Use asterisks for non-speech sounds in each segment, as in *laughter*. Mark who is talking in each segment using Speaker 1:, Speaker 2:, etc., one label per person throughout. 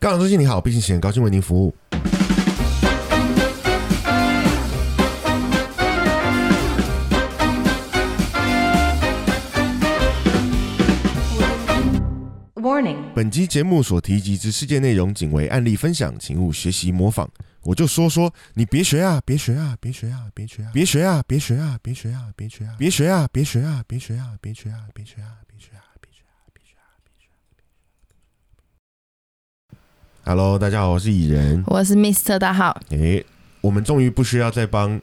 Speaker 1: 高雄中心你好，毕竟险高兴为您服务。
Speaker 2: Warning.
Speaker 1: 本期节目所提及之事件内容仅为案例分享，请勿学习模仿。我就说说，你别学啊，别学啊，别学啊，别学啊，别学啊，别学啊，别学啊，别学啊，别学啊，别学啊，别学啊，别学啊，别学啊，别学啊，别学啊，别学啊。Hello，大家好，我是蚁人。
Speaker 3: 我是 Mr 大号，
Speaker 1: 诶、我们终于不需要再帮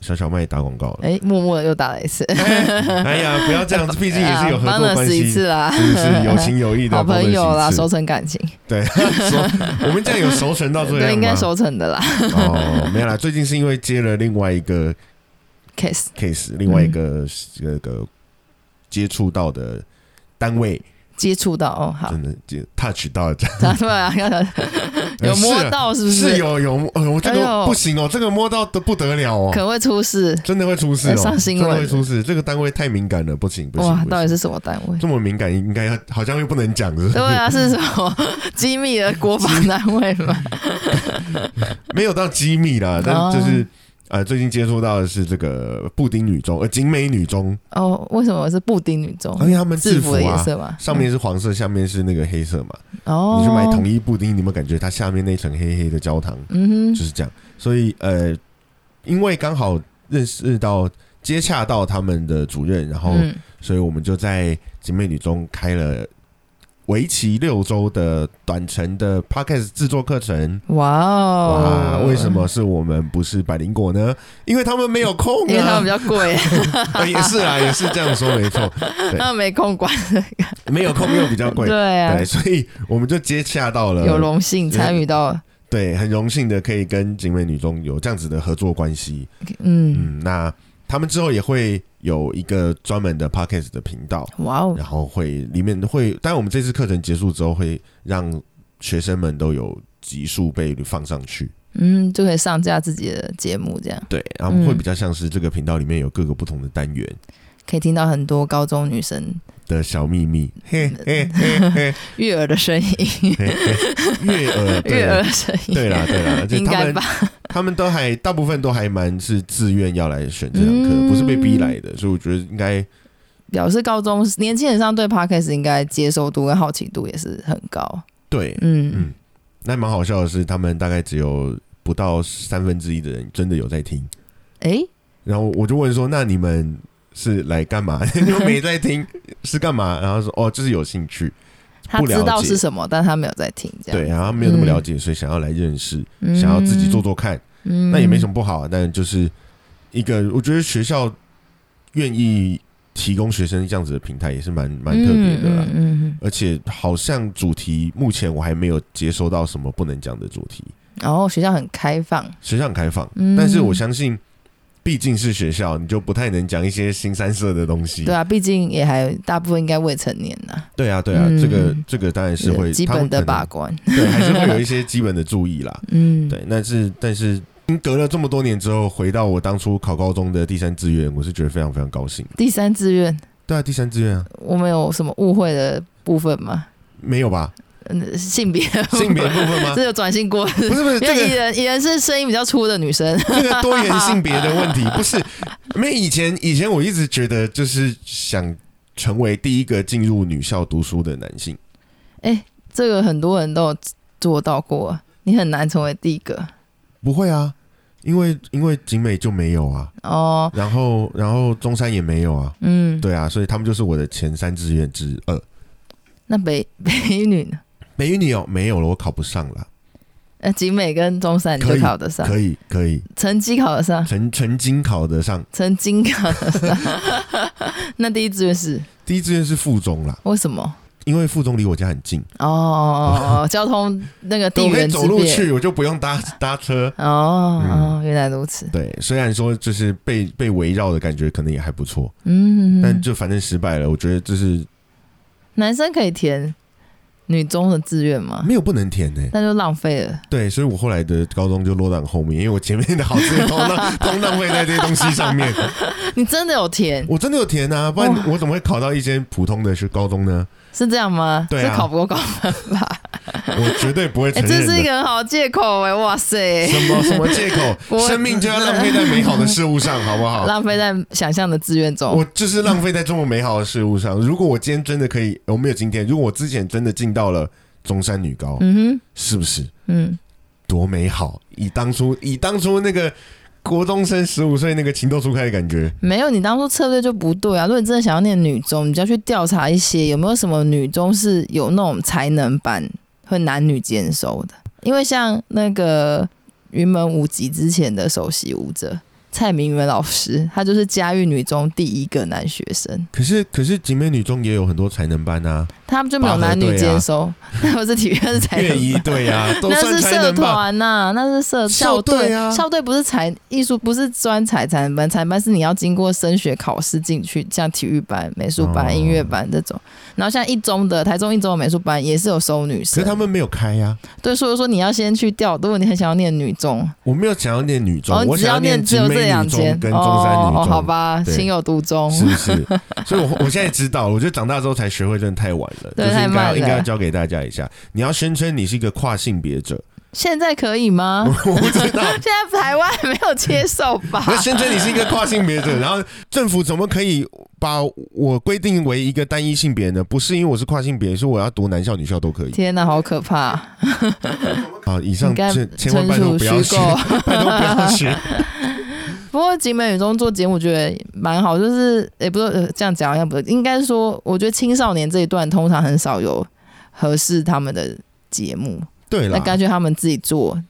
Speaker 1: 小小麦打广告了。
Speaker 3: 哎、默默又打了一次， *laughs*
Speaker 1: 哎呀，不要这样子，毕竟也是有合
Speaker 3: 帮
Speaker 1: 作
Speaker 3: 了
Speaker 1: 关
Speaker 3: 十一
Speaker 1: 系，
Speaker 3: 次啦，
Speaker 1: 是不是有情有义的
Speaker 3: 好
Speaker 1: 帮了
Speaker 3: 朋友啦，
Speaker 1: 几次
Speaker 3: 熟成感情，
Speaker 1: 对， *laughs* 熟我们这样有熟成到这样吗
Speaker 3: 对，应该熟成的啦。
Speaker 1: 哦，没有啦，最近是因为接了另外一个
Speaker 3: Kiss，
Speaker 1: case，另外一个呃这、个接触到的单位，
Speaker 3: 接触到哦，好，
Speaker 1: 真的接 touch 到这样，
Speaker 3: *laughs* 对啊，要有摸到是不
Speaker 1: 哎是有有，哎我觉
Speaker 3: 哎
Speaker 1: 得
Speaker 3: 呦
Speaker 1: 不行哦，这个摸到的不得了
Speaker 3: 可
Speaker 1: 哦。
Speaker 3: 能会出事。
Speaker 1: 真的会出事哦，
Speaker 3: 很上新
Speaker 1: 真
Speaker 3: 闻
Speaker 1: 的会出事。这个单位太敏感了，不行不行。
Speaker 3: 哇，
Speaker 1: 不行
Speaker 3: 到底是什么单
Speaker 1: *laughs*
Speaker 3: 位？
Speaker 1: 这么敏感，应该好像又不能讲，是不是
Speaker 3: 对？啊，是什么机密的国防单位
Speaker 1: *laughs*
Speaker 3: 吗？
Speaker 1: 没有到机密啦，但
Speaker 3: 哦
Speaker 1: 就是、呃，最近接触到的是这个布丁女中，呃，景美女中，
Speaker 3: 哦，为什么是布丁女中
Speaker 1: 因？为他们制
Speaker 3: 哦制
Speaker 1: 服
Speaker 3: 的颜
Speaker 1: 啊，
Speaker 3: 色吗？
Speaker 1: 上面是黄色，下面是那个黑色嘛。
Speaker 3: 哦，
Speaker 1: 你去买统一布丁，你有没有感觉它下面那层黑黑的焦糖？
Speaker 3: 嗯
Speaker 1: 就
Speaker 3: 哼，
Speaker 1: 是这样。所以呃，因为刚好认识到接洽到他们的主任，然后、
Speaker 3: 嗯，
Speaker 1: 所以我们就在景美女中开了。为期六周的短程的 podcast 制作课程，
Speaker 3: 哇
Speaker 1: 哇，
Speaker 3: 哦，
Speaker 1: 为什？么是我们不是百灵果呢？因为他们没有空啊，
Speaker 3: 因为他们比较
Speaker 1: *laughs*
Speaker 3: 贵，
Speaker 1: 呃也是啊，也是这样说没
Speaker 3: *laughs*
Speaker 1: 错，
Speaker 3: 他们没空管。
Speaker 1: 没有空又比较贵，
Speaker 3: 对啊
Speaker 1: 对，，所以我们就接洽到了，
Speaker 3: 有荣幸参与到，
Speaker 1: 对，很荣幸的可以跟景美女中有这样子的合作关系，
Speaker 3: 嗯，
Speaker 1: 嗯，那他们之后也会有一个专门的 podcast 的频道，
Speaker 3: 哇哦，
Speaker 1: 然后会里面会，当然我们这次课程结束之后会让学生们都有集数被放上去，
Speaker 3: 嗯，就可以上架自己的节目，这样
Speaker 1: 对，然后会
Speaker 3: 嗯
Speaker 1: 比较像是这个频道里面有各个不同的单元。
Speaker 3: 可以听到很多高中女生
Speaker 1: 的小秘密，嘿嘿嘿嘿，
Speaker 3: 悦耳的声音，
Speaker 1: *laughs* 悦耳，呃对
Speaker 3: 悦耳
Speaker 1: 啦
Speaker 3: 的声音，
Speaker 1: 对啦对
Speaker 3: *laughs*
Speaker 1: 啦，而且
Speaker 3: 应
Speaker 1: 他
Speaker 3: 该
Speaker 1: 们
Speaker 3: 吧？
Speaker 1: *laughs* 他们都还大部分都还蛮是自愿要来选这堂课，
Speaker 3: 嗯
Speaker 1: 不是被逼来的，所以我觉得应该
Speaker 3: 表示高中年轻人上对 podcast 应该接受度跟好奇度也是很高，
Speaker 1: 对。
Speaker 3: 嗯
Speaker 1: 嗯，那蛮好笑的是，他们大概只有不到三分之一的人真的有在听，
Speaker 3: 诶，
Speaker 1: 然后我就问说：“那你们是来干嘛？ *laughs* 你们没在
Speaker 3: *laughs*
Speaker 1: 听是干嘛？”然后说：“哦，就是有兴趣。”
Speaker 3: 他
Speaker 1: 不了
Speaker 3: 知道
Speaker 1: 解
Speaker 3: 是什么，但他没有在听，这样嗯
Speaker 1: 对，然后他们没有那么了解，所以想要来认识，
Speaker 3: 对
Speaker 1: 想要自己做，做看。
Speaker 3: 嗯
Speaker 1: 那也没什么不好、啊，但就是一个，我觉得学校愿意提供学生这样子的平台，也是蛮蛮特别的啦。
Speaker 3: 嗯嗯嗯
Speaker 1: 而且好像主题目前我还没有接收到什么不能讲的主题，
Speaker 3: 嗯，然后学校很开放，
Speaker 1: 学校很开放，
Speaker 3: 嗯
Speaker 1: 但是我相信，毕竟是学校，你就不太能讲一些新三色的东西。
Speaker 3: 对啊，毕竟也还大部分应该未成年呐，
Speaker 1: 对啊，对啊，
Speaker 3: 嗯
Speaker 1: 这个这个当然是会
Speaker 3: 基
Speaker 1: 他们
Speaker 3: 本的
Speaker 1: 可能
Speaker 3: 把关，
Speaker 1: 对，还是会有一些基本的注意啦。
Speaker 3: 嗯，
Speaker 1: 对，但是但是。嗯隔了这么多年之后，回到我当初考高中的第三志愿，我是觉得非常非常高兴。
Speaker 3: 第三志愿，
Speaker 1: 对啊，第三志愿啊，
Speaker 3: 我们有什么误会的部分吗？
Speaker 1: 没有
Speaker 3: *laughs*
Speaker 1: 吧？
Speaker 3: 嗯，性别，
Speaker 1: 性别部分吗？
Speaker 3: 是有转性过，
Speaker 1: 不是不是，
Speaker 3: 因
Speaker 1: 这
Speaker 3: 为蚁
Speaker 1: 个
Speaker 3: 人蚁人是声音比较粗的女生，
Speaker 1: 这个多元性别的问题 *laughs* 不是，因为以前以前我一直觉得就是想成为第一个进入女校读书的男性，
Speaker 3: 这个很多人都有做到过，你很难成为第一个
Speaker 1: 不会啊，因为因为景美就没有啊，
Speaker 3: 哦。
Speaker 1: 然后然后中山也没有啊，
Speaker 3: 嗯，
Speaker 1: 对啊，所以他们就是我的前三志愿之二。
Speaker 3: 那北北一女呢？
Speaker 1: 美女有没有了？我考不上了，
Speaker 3: 呃，景美跟中山你
Speaker 1: 可
Speaker 3: 就
Speaker 1: 以
Speaker 3: 考得上，
Speaker 1: 可以可
Speaker 3: *laughs*
Speaker 1: 以，
Speaker 3: 成绩考得上，
Speaker 1: 曾曾经考得上，
Speaker 3: 曾经考得上。那第一志愿是
Speaker 1: 第一志愿是附中啦，
Speaker 3: 为什么？
Speaker 1: 因为附中离我家很近，
Speaker 3: 哦哦哦哦，交通那个 *laughs* 地
Speaker 1: 我可以
Speaker 3: 缘之
Speaker 1: 走路
Speaker 3: 变。
Speaker 1: 去，我就不用搭搭车。
Speaker 3: 哦
Speaker 1: 嗯
Speaker 3: 哦，原来如此。
Speaker 1: 对，虽然说就是被被围绕的感觉可能也还不错，
Speaker 3: 嗯，
Speaker 1: 但就反正失败了。我觉得就是
Speaker 3: 男生可以填女中的志愿吗？
Speaker 1: 没有不能填呢、
Speaker 3: 那就浪费
Speaker 1: *laughs*
Speaker 3: 了。
Speaker 1: 对，所以我后来的高中就落到很后面，因为我前面的好吃的都
Speaker 3: *laughs*
Speaker 1: 浪都浪费在这些东西上面。
Speaker 3: 你真的有填
Speaker 1: 我真的有填啊，不然我怎么会考到一间普通的是高中呢？
Speaker 3: 是这样吗？
Speaker 1: 对啊
Speaker 3: 是考不过高分吧？
Speaker 1: 我绝对不会承
Speaker 3: 哎、
Speaker 1: 认
Speaker 3: 这
Speaker 1: 的。
Speaker 3: 是一个很好的借口哎、哇塞，
Speaker 1: 什么什么借口？
Speaker 3: *laughs* 我
Speaker 1: 生命就要浪费在美好的事物上，好不好？
Speaker 3: 浪费在想象的志愿中
Speaker 1: 啊我。就是浪费在这么美好的事物上。如果我今天真的可以，我没有今天，如果我之前真的进到了中山女高，
Speaker 3: 嗯哼，
Speaker 1: 是不是
Speaker 3: 嗯，
Speaker 1: 多美好？以当初以当初那个国中生十五岁那个情窦初开的感觉，
Speaker 3: 没有，你当初策略就不对啊。如果你真的想要念女中，你就要去调查一些有没有什么女中是有那种才能班会男女兼收的，因为像那个云门舞集之前的首席舞者。蔡明元老师，他就是嘉义女中第一个男学生，
Speaker 1: 可是可是景美女中也有很多才能班啊，
Speaker 3: 他们就没有男女兼收， *laughs* 那不是体育，那是才能 *laughs*
Speaker 1: 乐
Speaker 3: 班。
Speaker 1: 仪队啊，都
Speaker 3: 那
Speaker 1: 算
Speaker 3: 是
Speaker 1: 才
Speaker 3: 社
Speaker 1: 能吧？
Speaker 3: 团呐、那是社
Speaker 1: 校
Speaker 3: 校
Speaker 1: 队
Speaker 3: 队
Speaker 1: 啊
Speaker 3: 校队不是才艺术，不是专才才能班，才能班是你要经过升学考试进去，像体育班、美术班、
Speaker 1: 哦
Speaker 3: 音乐班这种。然后像一中的台中一中的美术班也是有收女
Speaker 1: 可是
Speaker 3: 生，
Speaker 1: 他们没有开呀、啊，
Speaker 3: 对，所以说你要先去调。如果你很想要念女中，
Speaker 1: 我没有想要念女中，
Speaker 3: 哦，
Speaker 1: 我
Speaker 3: 你只
Speaker 1: 想
Speaker 3: 要念只
Speaker 1: 景
Speaker 3: 有
Speaker 1: 美
Speaker 3: 这两
Speaker 1: 女中
Speaker 3: 间
Speaker 1: 跟中山
Speaker 3: 哦
Speaker 1: 女中，
Speaker 3: 哦，好吧，
Speaker 1: 对
Speaker 3: 情有独钟。
Speaker 1: 是不是？
Speaker 3: *laughs*
Speaker 1: 所以我，我现在知道了，我觉得长大之后才学会，真的太晚了，就
Speaker 3: 对
Speaker 1: 是
Speaker 3: 太
Speaker 1: 应该
Speaker 3: 慢
Speaker 1: 要
Speaker 3: 了
Speaker 1: 应该要教给大家一下，你要宣称你是一个跨性别者，
Speaker 3: 现在可以
Speaker 1: *laughs*
Speaker 3: 吗？
Speaker 1: 我不知道。
Speaker 3: 现在台湾没有接受
Speaker 1: *laughs*
Speaker 3: 吧？
Speaker 1: 那宣称你是一个跨性别
Speaker 3: *laughs*
Speaker 1: 者，然后政府怎么可以把我规定为一个单一性别呢？不是因为我是跨性别，是我要读男校、女校都可以。
Speaker 3: 天哪，好可怕！
Speaker 1: 好，以上
Speaker 3: 应该
Speaker 1: 千千万拜托
Speaker 3: 纯
Speaker 1: 不
Speaker 3: 属
Speaker 1: 要学
Speaker 3: 虚
Speaker 1: *laughs*
Speaker 3: 构，
Speaker 1: 拜托不要
Speaker 3: *laughs*
Speaker 1: 学。
Speaker 3: 不过景美女中做节目，我觉得蛮好，就是也、不是、呃、这样讲，好像不对，应该是说，我觉得青少年这一段通常很少有合适他们的节目，
Speaker 1: 对
Speaker 3: 那
Speaker 1: 了，
Speaker 3: 干脆他们自己做，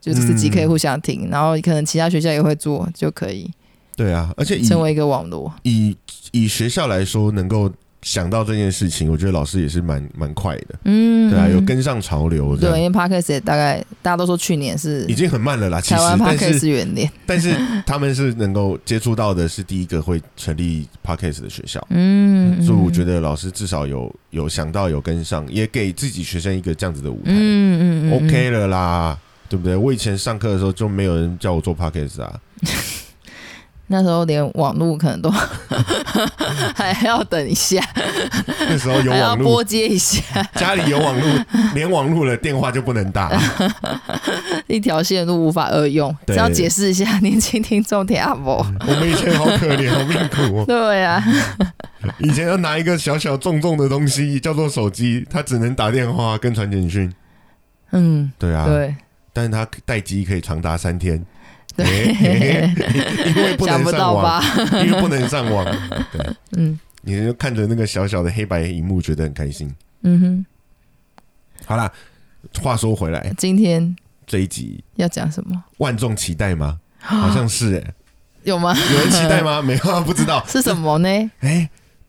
Speaker 3: 就是自己可以互相听，然后可能其他学校也会做，就可以
Speaker 1: 对啊，而且以
Speaker 3: 成为一个网络。
Speaker 1: 以以学校来说，能够想到这件事情，我觉得老师也是蛮蛮快的，
Speaker 3: 嗯，
Speaker 1: 对啊，有跟上潮流这
Speaker 3: 对，
Speaker 1: 样。
Speaker 3: 因为 podcast 也大概大家都说去年是
Speaker 1: 已经很慢了啦，其
Speaker 3: 台
Speaker 1: 实
Speaker 3: 湾，
Speaker 1: 但是
Speaker 3: podcast 元年，
Speaker 1: 但是他们是能够接触到的是第一个会成立 podcast 的学校，
Speaker 3: 嗯，
Speaker 1: 所以我觉
Speaker 3: 得，
Speaker 1: 得老师至少有有想到有跟上，也给自己学生一个这样子的舞台、
Speaker 3: 嗯嗯嗯
Speaker 1: o k 了啦，对不对？我以前上课的时候就没有人叫我做 podcast 啊，
Speaker 3: 那时候连网络可能都 *laughs* 还要等一下，
Speaker 1: 那时候有
Speaker 3: 还要
Speaker 1: 网
Speaker 3: 拨
Speaker 1: 络，
Speaker 3: 接一下，
Speaker 1: 家里有网
Speaker 3: *laughs*
Speaker 1: 络，连网络的电话就不能打，
Speaker 3: 一条线路无法二用，
Speaker 1: 对嗯
Speaker 3: 只要解释一下年轻听众听阿伯。
Speaker 1: 我们以前好可怜，好命苦哦。
Speaker 3: 对啊
Speaker 1: *laughs*
Speaker 3: 呀、
Speaker 1: 以前要拿一个小小重重的东西叫做手机，它只能打电话跟传简讯，
Speaker 3: 嗯，
Speaker 1: 对啊，
Speaker 3: 对，
Speaker 1: 但是它待机可以长达三天。
Speaker 3: 对
Speaker 1: 嘿嘿嘿因为不
Speaker 3: *laughs* 想
Speaker 1: 能
Speaker 3: 不
Speaker 1: 上
Speaker 3: 到吧
Speaker 1: 网，？因为不能上网，对，
Speaker 3: 嗯
Speaker 1: 你就看着那个小小的黑白荧幕，觉得很开心。
Speaker 3: 嗯
Speaker 1: 好啦，话说回来
Speaker 3: 哼，，今天
Speaker 1: 这一集
Speaker 3: 要讲什么？
Speaker 1: 万众期待吗？好像是哎、
Speaker 3: 有吗？
Speaker 1: 有人期待吗？没有啊，不知道。
Speaker 3: *laughs* 是什么呢？
Speaker 1: 哎、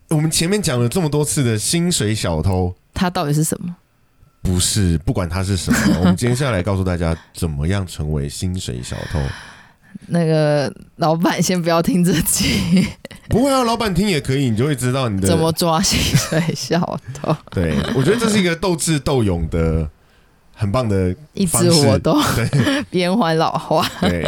Speaker 1: 我们前面讲了这么多次的薪水小偷，
Speaker 3: 它到底是什么？
Speaker 1: 不是，不管它是什么，
Speaker 3: *laughs*
Speaker 1: 我们今天下来告诉大家怎么样成为薪水小偷。
Speaker 3: 那个老板先不要听这集，
Speaker 1: 不会啊，老板听也可以，你就会知道你的
Speaker 3: 怎么抓薪水小偷？
Speaker 1: 对，我觉得这是一个斗智斗勇的很棒的
Speaker 3: 一
Speaker 1: 方
Speaker 3: 直
Speaker 1: 式
Speaker 3: 活动，
Speaker 1: 对
Speaker 3: *laughs* 边环老花。 *laughs*
Speaker 1: 对，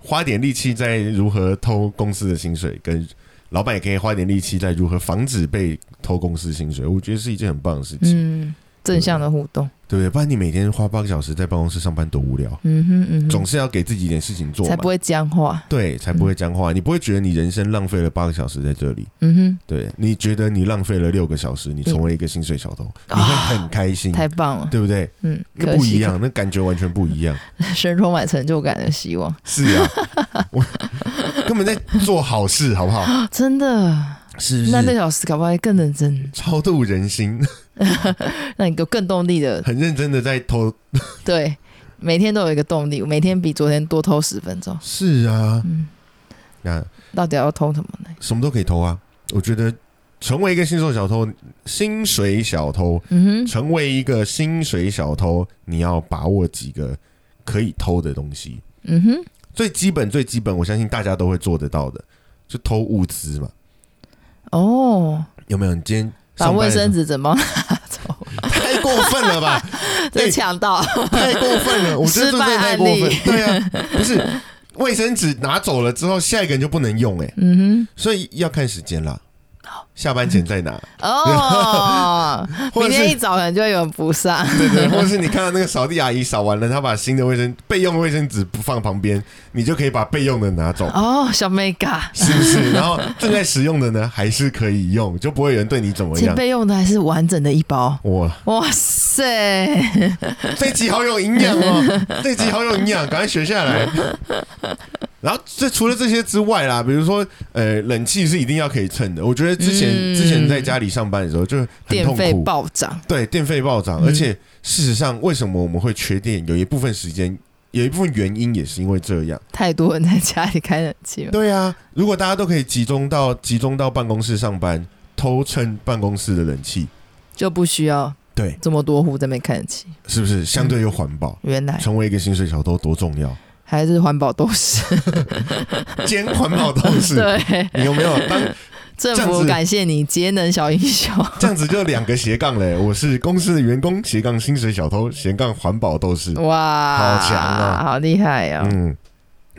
Speaker 1: 花点力气在如何偷公司的薪水，跟老板也可以花点力气在如何防止被偷公司薪水，我觉得是一件很棒的事情，
Speaker 3: 嗯，正向的互动。
Speaker 1: 对不对？不然你每天花八个小时在办公室上班多无聊，
Speaker 3: 嗯哼嗯
Speaker 1: 总
Speaker 3: 哼，
Speaker 1: 是要给自己一点事情做
Speaker 3: 才
Speaker 1: 嘛，
Speaker 3: 不会嗯僵化。
Speaker 1: 对，才不会僵化，你不会觉得你人生浪费了八个小时在这里，
Speaker 3: 嗯
Speaker 1: 对你觉得你浪费了六个小时，你成为一个薪水小偷，你会很开心
Speaker 3: 哼，，嗯哦太棒了。
Speaker 1: 嗯对不对？
Speaker 3: 嗯，
Speaker 1: 那
Speaker 3: 可
Speaker 1: 不
Speaker 3: 惜
Speaker 1: 一样，那感觉完全不一样。
Speaker 3: *laughs* 生充满成就感的希望，
Speaker 1: 是
Speaker 3: *laughs*
Speaker 1: 啊，我 *laughs* 根本在做好事，好不好？
Speaker 3: 啊真的。
Speaker 1: 是不是？
Speaker 3: 那六小时搞不好还更认 *laughs* 真，
Speaker 1: 超度人
Speaker 3: *laughs*
Speaker 1: 心，
Speaker 3: 让你有更动力
Speaker 1: *laughs*
Speaker 3: 的。
Speaker 1: 很认真的在偷。
Speaker 3: 对，每天都有一个动力，每天比昨天多偷十分钟。
Speaker 1: 是啊，
Speaker 3: 嗯，
Speaker 1: 那
Speaker 3: 到底要偷什么呢？
Speaker 1: 什么都可以偷啊。我觉得成为一个薪水小偷，薪水小偷，
Speaker 3: 嗯哼，
Speaker 1: 成为一个薪水小偷，你要把握几个可以偷的东西。
Speaker 3: 嗯哼，
Speaker 1: 最基本、最基本，我相信大家都会做得到的，就偷物资嘛。
Speaker 3: 哦，
Speaker 1: 有没有？你今天
Speaker 3: 把
Speaker 1: 上班
Speaker 3: 卫
Speaker 1: 的时候
Speaker 3: 生纸怎么拿走？
Speaker 1: 太过分了
Speaker 3: *laughs*
Speaker 1: 吧？哎
Speaker 3: 这抢到，
Speaker 1: *laughs* 太过分了，我觉得这真的太过分。对
Speaker 3: *laughs*
Speaker 1: 啊，不是卫生纸拿走了之后，下一个人就不能用哎、
Speaker 3: 嗯
Speaker 1: 所以要看时间啦。
Speaker 3: 哼，
Speaker 1: 下班前
Speaker 3: *laughs*
Speaker 1: 在哪？
Speaker 3: 哦，
Speaker 1: 哎 *laughs* 或
Speaker 3: 明
Speaker 1: 者
Speaker 3: 天一
Speaker 1: 是
Speaker 3: 早可能就有人不
Speaker 1: *laughs*
Speaker 3: 上，
Speaker 1: 对对，或者是你看到那个扫地阿姨扫完了，她把新的卫生备用的卫生纸不放旁边，你就可以把备用的拿走。
Speaker 3: 哦，小妹嘎，
Speaker 1: 是不是？然后正在使用的呢，还是可以用，就不会有人对你怎么
Speaker 3: 前
Speaker 1: 样。
Speaker 3: 辈用的还是完整的一包，
Speaker 1: 哇，
Speaker 3: 哇塞，
Speaker 1: *laughs* 这集好有营养
Speaker 3: *laughs*
Speaker 1: 哦，这集好有营养，赶快学下来。然后这除了这些之外啦，比如说呃，冷气是一定要可以蹭的。我觉得之前、
Speaker 3: 嗯
Speaker 1: 之前在家里上班的时候就很
Speaker 3: 电
Speaker 1: 痛
Speaker 3: 费
Speaker 1: 苦，
Speaker 3: 暴涨，
Speaker 1: 对，电费暴涨，
Speaker 3: 嗯
Speaker 1: 而且事实上为什么我们会缺电，有一部分时间。有一部分原因也是因为这样，
Speaker 3: 太多人在家里开冷气了，
Speaker 1: 对啊，如果大家都可以集中到集中到办公室上班，偷蹭办公室的冷气，
Speaker 3: 就不需要
Speaker 1: 对，
Speaker 3: 这么多户在那边开冷气。
Speaker 1: 是不是相对又环保？
Speaker 3: 原来
Speaker 1: 成为一个薪水小偷多重
Speaker 3: *laughs*
Speaker 1: 要，
Speaker 3: 还是环保
Speaker 1: *laughs*
Speaker 3: 斗士，
Speaker 1: 兼环保斗士。
Speaker 3: 对，
Speaker 1: 你有没有 *laughs* 当
Speaker 3: 政
Speaker 1: 这样
Speaker 3: 府
Speaker 1: 子
Speaker 3: 感谢你节能小英雄，
Speaker 1: 这样子就两个斜杠嘞？我是公司的员工，斜杠薪水小偷，斜杠环保斗士。嗯
Speaker 3: 哇，
Speaker 1: 好强啊
Speaker 3: 好厉害哦！
Speaker 1: 嗯，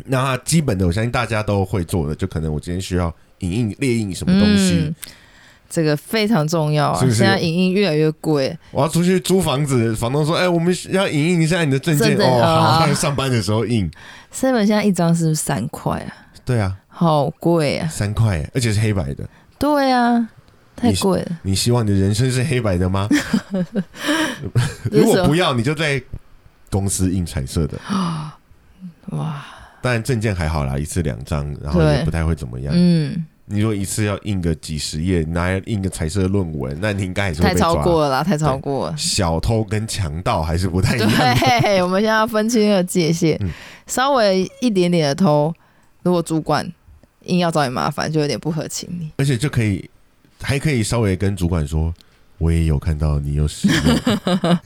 Speaker 1: 那基本的我相信大家都会做的，就可能我今天需要影印列印什么东西，
Speaker 3: 嗯，这个非常重要啊！
Speaker 1: 是不是
Speaker 3: 现在影音越来越贵，
Speaker 1: 我要出去租房子，房东说：“哎、我们要影印一下你的证件
Speaker 3: 证件
Speaker 1: 哦，好，
Speaker 3: 哦
Speaker 1: 那上班的时候印。
Speaker 3: seven 现在一张是不是三块啊？”
Speaker 1: 对 *laughs* 啊，
Speaker 3: 好贵啊！
Speaker 1: 三块耶，而且是黑白的。
Speaker 3: 对啊，太贵了。
Speaker 1: 你希望你的人生是黑白的吗？ *laughs* 如
Speaker 3: 为什
Speaker 1: 果
Speaker 3: 么
Speaker 1: 不要，你就在公司印彩色的。
Speaker 3: 哇，
Speaker 1: 当然证件还好啦，一次两张，然后
Speaker 3: 对
Speaker 1: 也不太会怎么样。
Speaker 3: 嗯，
Speaker 1: 你说一次要印个几十页，拿来印个彩色论文，那你应该还是会
Speaker 3: 太
Speaker 1: 被
Speaker 3: 超
Speaker 1: 抓。
Speaker 3: 过了啦，太超过了。
Speaker 1: 小偷跟强盗还是不太一样的。
Speaker 3: 对，我 *laughs* 们现在要分清那个界限，
Speaker 1: 哎嗯
Speaker 3: 稍微一点点的偷，如果主管硬要找你麻烦，就有点不合情理。
Speaker 1: 而且就可以，还可以稍微跟主管说，我也有看到你有使
Speaker 3: *laughs*
Speaker 1: 用，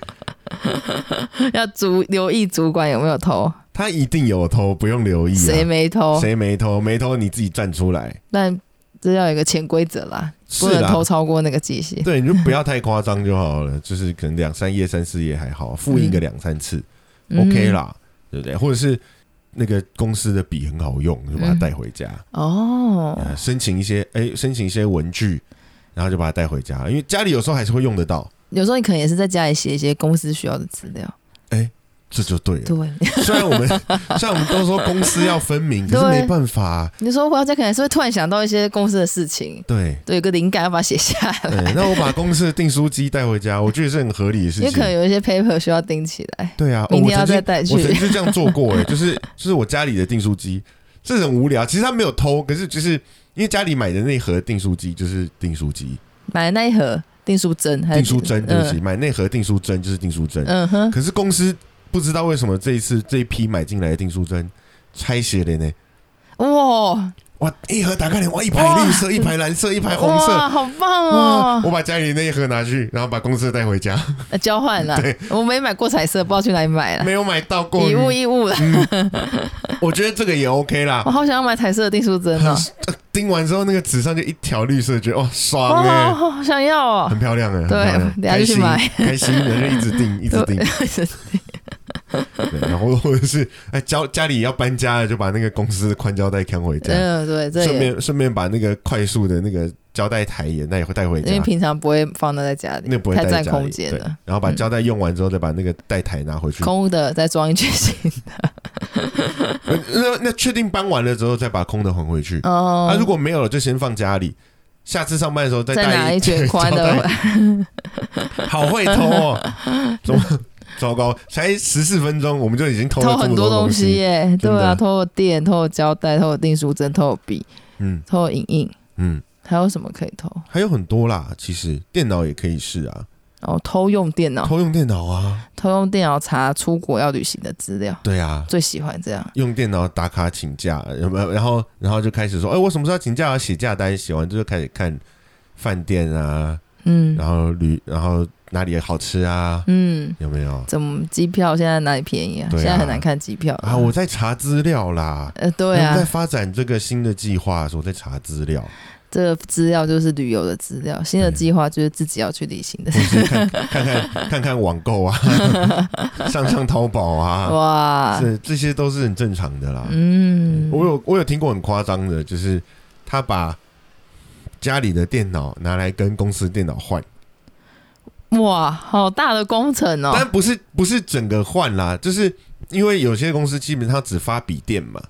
Speaker 3: 要主留意主管有没有偷，
Speaker 1: 他一定有偷，不用留意、啊。
Speaker 3: 谁没偷？
Speaker 1: 谁没偷？没偷你自己站出来。
Speaker 3: 但这要有一个潜规则啦，
Speaker 1: 是
Speaker 3: 不能
Speaker 1: 啦，
Speaker 3: 偷超过那个界限。
Speaker 1: 对，你就不要太夸张就好了，就是可能两三页、三四页还好，复印个两三次、OK
Speaker 3: 嗯。
Speaker 1: 啦，对不对？或者是那个公司的笔很好用，就把
Speaker 3: 嗯
Speaker 1: 它带回家、
Speaker 3: 哦，
Speaker 1: 啊申请一些哎、申请一些文具，然后就把它带回家，因为家里有时候还是会用得到，
Speaker 3: 有时候你可能也是在家里写一些公司需要的资料。
Speaker 1: 这就对了。
Speaker 3: 对， *laughs*
Speaker 1: 虽然我们虽然我们都说公司要分明，可是
Speaker 3: 对
Speaker 1: 没办法，啊
Speaker 3: 你说回到家可能是会突然想到一些公司的事情，
Speaker 1: 对。
Speaker 3: 对，有个灵感要把它写下
Speaker 1: 对
Speaker 3: 来，，
Speaker 1: 那我把公司的订书机带回家，我觉得是很合理的事
Speaker 3: 也
Speaker 1: 情
Speaker 3: 可。能有一些 paper 需要钉起来，
Speaker 1: 对啊，哦
Speaker 3: 明
Speaker 1: 我
Speaker 3: 天要
Speaker 1: 曾经
Speaker 3: 再带去
Speaker 1: 我。曾经这样做过、欸，哎，就是就是我家里的订书机，这很无聊。其实他没有偷，可是就是因为家里买的那盒订书机就是订书机，
Speaker 3: 买的那一盒订书针还是
Speaker 1: 订书针，对不起，
Speaker 3: 嗯
Speaker 1: 买那盒订书针就是订书针。
Speaker 3: 嗯 *laughs* 哼，
Speaker 1: 可是公司不知道为什么这一次这一批买进来的订书针拆卸了呢？
Speaker 3: 哇，
Speaker 1: 哇，一盒打开来，哇，一排绿色，一排蓝色，一排哎红色。
Speaker 3: 哇，好棒
Speaker 1: 哇！我
Speaker 3: 哦！
Speaker 1: 把家里那一盒拿去，然后把公司的带回
Speaker 3: *laughs*
Speaker 1: 家，
Speaker 3: 呃交换了，我没买过彩色，不知道去哪里买了，
Speaker 1: 没有买到过嗯
Speaker 3: 以。物易物了。
Speaker 1: 我觉得这个也 OK 啦
Speaker 3: 我。 *laughs* 好想要买彩色的订书针
Speaker 1: *laughs*
Speaker 3: 哦，
Speaker 1: 钉完之后，那个纸上就一条绿色，觉得哇爽哎、
Speaker 3: 哇，好好想要哦
Speaker 1: 很！漂亮的，
Speaker 3: 对
Speaker 1: 很漂亮
Speaker 3: 等下就去买 *laughs*
Speaker 1: 开心，开心的就一直订，一直订，对，然后或者是哎，家家里要搬家了，就把那个公司的宽胶带扛回家，
Speaker 3: 嗯，对，这
Speaker 1: 顺
Speaker 3: 也
Speaker 1: 便顺便把那个快速的那个胶带台也带带回
Speaker 3: 因为
Speaker 1: 家，
Speaker 3: 平常不会放到在家里，
Speaker 1: 那不会带
Speaker 3: 太
Speaker 1: 在
Speaker 3: 占
Speaker 1: 家
Speaker 3: 空
Speaker 1: 里
Speaker 3: 间
Speaker 1: 对
Speaker 3: 了。
Speaker 1: 然后把胶带用完之后，再把那个带台拿回去。
Speaker 3: 空屋的再装一句新
Speaker 1: *laughs* 呃那那确定搬完了之后，再把空的还回去。
Speaker 3: 嗯哦。
Speaker 1: 啊，如果没有了，就先放家里。下次上班的时候再
Speaker 3: 再
Speaker 1: 带
Speaker 3: 拿一卷宽
Speaker 1: 胶带
Speaker 3: 的，
Speaker 1: 好会偷
Speaker 3: *laughs*
Speaker 1: 哦！怎么糟糕？才十四分钟，我们就已经偷了
Speaker 3: 偷
Speaker 1: 这
Speaker 3: 很
Speaker 1: 么
Speaker 3: 多
Speaker 1: 东
Speaker 3: 东西耶，对
Speaker 1: 真的
Speaker 3: 啊，偷我电，偷我胶带，偷我订书针，偷我笔，
Speaker 1: 嗯
Speaker 3: 偷我影印，
Speaker 1: 嗯，
Speaker 3: 还有什么可以偷？
Speaker 1: 还有很多啦。其实电脑也可以试啊，
Speaker 3: 哦，偷用电脑，
Speaker 1: 偷用电脑啊，
Speaker 3: 偷用电脑查出国要旅行的资料，
Speaker 1: 对啊，
Speaker 3: 最喜欢这样。
Speaker 1: 用电脑打卡请假，有没有？然后然后就开始说，哎、我什么时候要请假啊？写假单，写完之后就开始看饭店啊，
Speaker 3: 嗯
Speaker 1: 然后旅，然后哪里好吃啊，
Speaker 3: 嗯，
Speaker 1: 有没有？
Speaker 3: 怎么机票现在哪里便宜啊？
Speaker 1: 对啊
Speaker 3: 现在很难看机票
Speaker 1: 啊，我在查资料啦。
Speaker 3: 呃，嗯对
Speaker 1: 我们
Speaker 3: 啊
Speaker 1: 在，发展这个新的计划的时候，在查资料，
Speaker 3: 这个资料就是旅游的资料，新的
Speaker 1: 对
Speaker 3: 计划就是自己要去旅行的
Speaker 1: 或。是看 *laughs* 看看看看网购
Speaker 3: *laughs*
Speaker 1: 啊，上上淘宝啊，
Speaker 3: 哇，
Speaker 1: 这这些都是很啊正常的啦。
Speaker 3: 嗯，
Speaker 1: 我有我有听过很夸张的，就是他把家里的电脑拿来跟公司电脑换，
Speaker 3: 哇，好大的工程哦！
Speaker 1: 但不是不是整个换啦，就是因为有些公司基本上只发笔电嘛，